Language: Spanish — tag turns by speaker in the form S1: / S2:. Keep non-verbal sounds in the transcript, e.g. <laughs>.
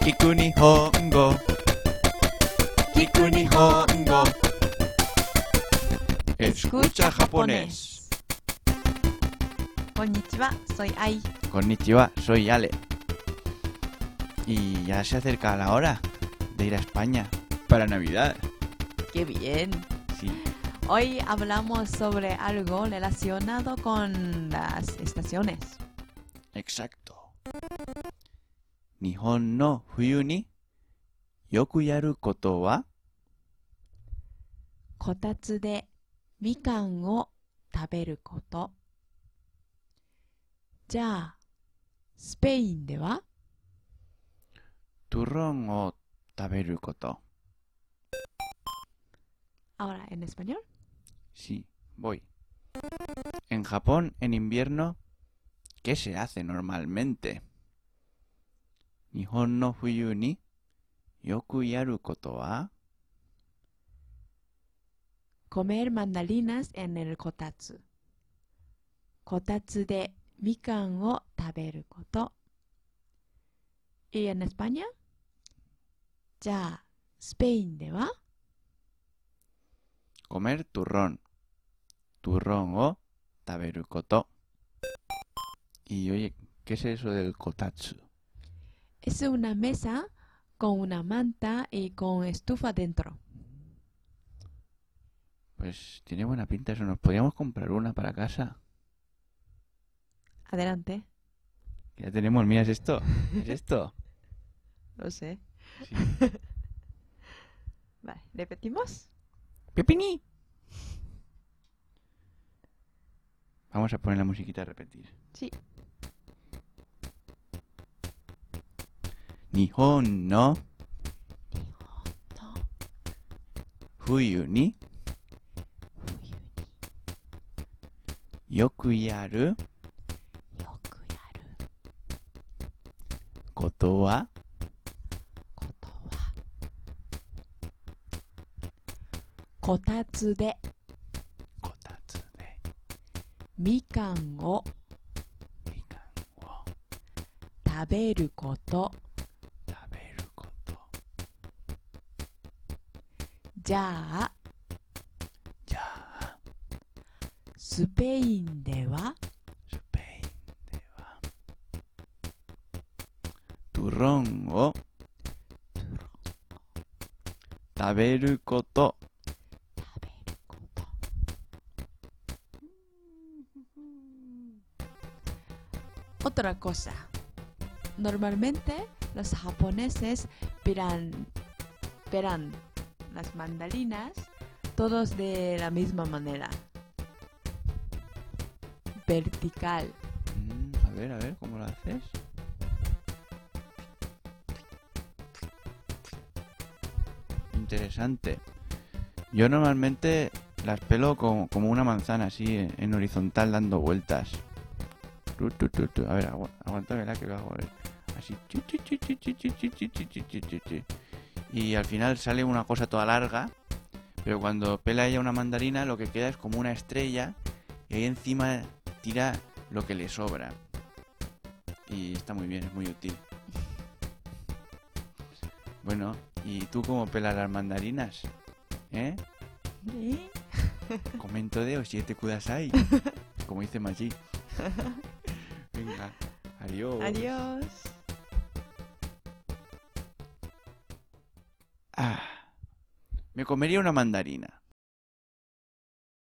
S1: 聞く日本語聞く日本語 Escucha japonés
S2: こんにちは、soy Ai.
S1: Konnichiwa, soy Ale Y ya se acerca la hora de ir a España para Navidad
S2: ¡Qué bien!
S1: Sí,
S2: Hoy hablamos sobre algo relacionado con las estaciones.
S1: exacto Nihon no fuyu ni yoku yaru koto wa
S2: こたつでみかんを食べること。じゃあ、スペインでは
S1: turrón o taberu koto
S2: Ahora en español.
S1: Sí, voy. En Japón, en invierno, ¿qué se hace normalmente? Nihon no fuyu ni yoku yaru koto wa
S2: Comer mandarinas en el こたつ。こたつでみかんを食べること。Y en España? じゃあ、スペインでは
S1: comer turrón. Turrón o taberu koto. Y oye, ¿qué es eso del kotatsu?
S2: Es una mesa con una manta y con estufa dentro.
S1: Pues tiene buena pinta eso. ¿Nos podíamos comprar una para casa?
S2: Adelante.
S1: Ya tenemos, mira, es esto. Es esto.
S2: Lo sé.
S1: Sí.
S2: <laughs> Vale, repetimos.
S1: ¡Pepini! Vamos a poner la musiquita a repetir.
S2: Sí.
S1: Nihon no fuyu ni yoku yaru koto wa
S2: Kotatsu de
S1: kotatsu de
S2: mikan o
S1: mikan wo
S2: 食べること。
S1: taberu koto.
S2: じゃあ、
S1: Ya, a
S2: スペインでは
S1: Spain de wa turrón wo taberu koto.
S2: 食べること。Otra cosa. Normalmente los japoneses peran, peran las mandarinas todos de la misma manera. Vertical.
S1: Mm, a ver, a ver, ¿cómo lo haces? Interesante. Yo normalmente las pelo como, como una manzana, así, eh, en, en horizontal, dando vueltas. Tu, tu, tu, tu. A ver, agu aguántame la que lo hago. a ver. Así. Chi, chi, chi, chi, chi, chi, chi, chi, chi, chi, chi, chi, chi. Y al final sale una cosa toda larga, pero cuando pela ella una mandarina, lo que queda es como una estrella, y ahí encima tira lo que le sobra. Y está muy bien, es muy útil. Bueno, ¿y tú cómo pelas las mandarinas? ¿Eh?
S2: ¿Eh?
S1: Comento de o siete kudasai. Como dice Maggi. Venga, adiós.
S2: Adiós.
S1: Ah, me comería una mandarina.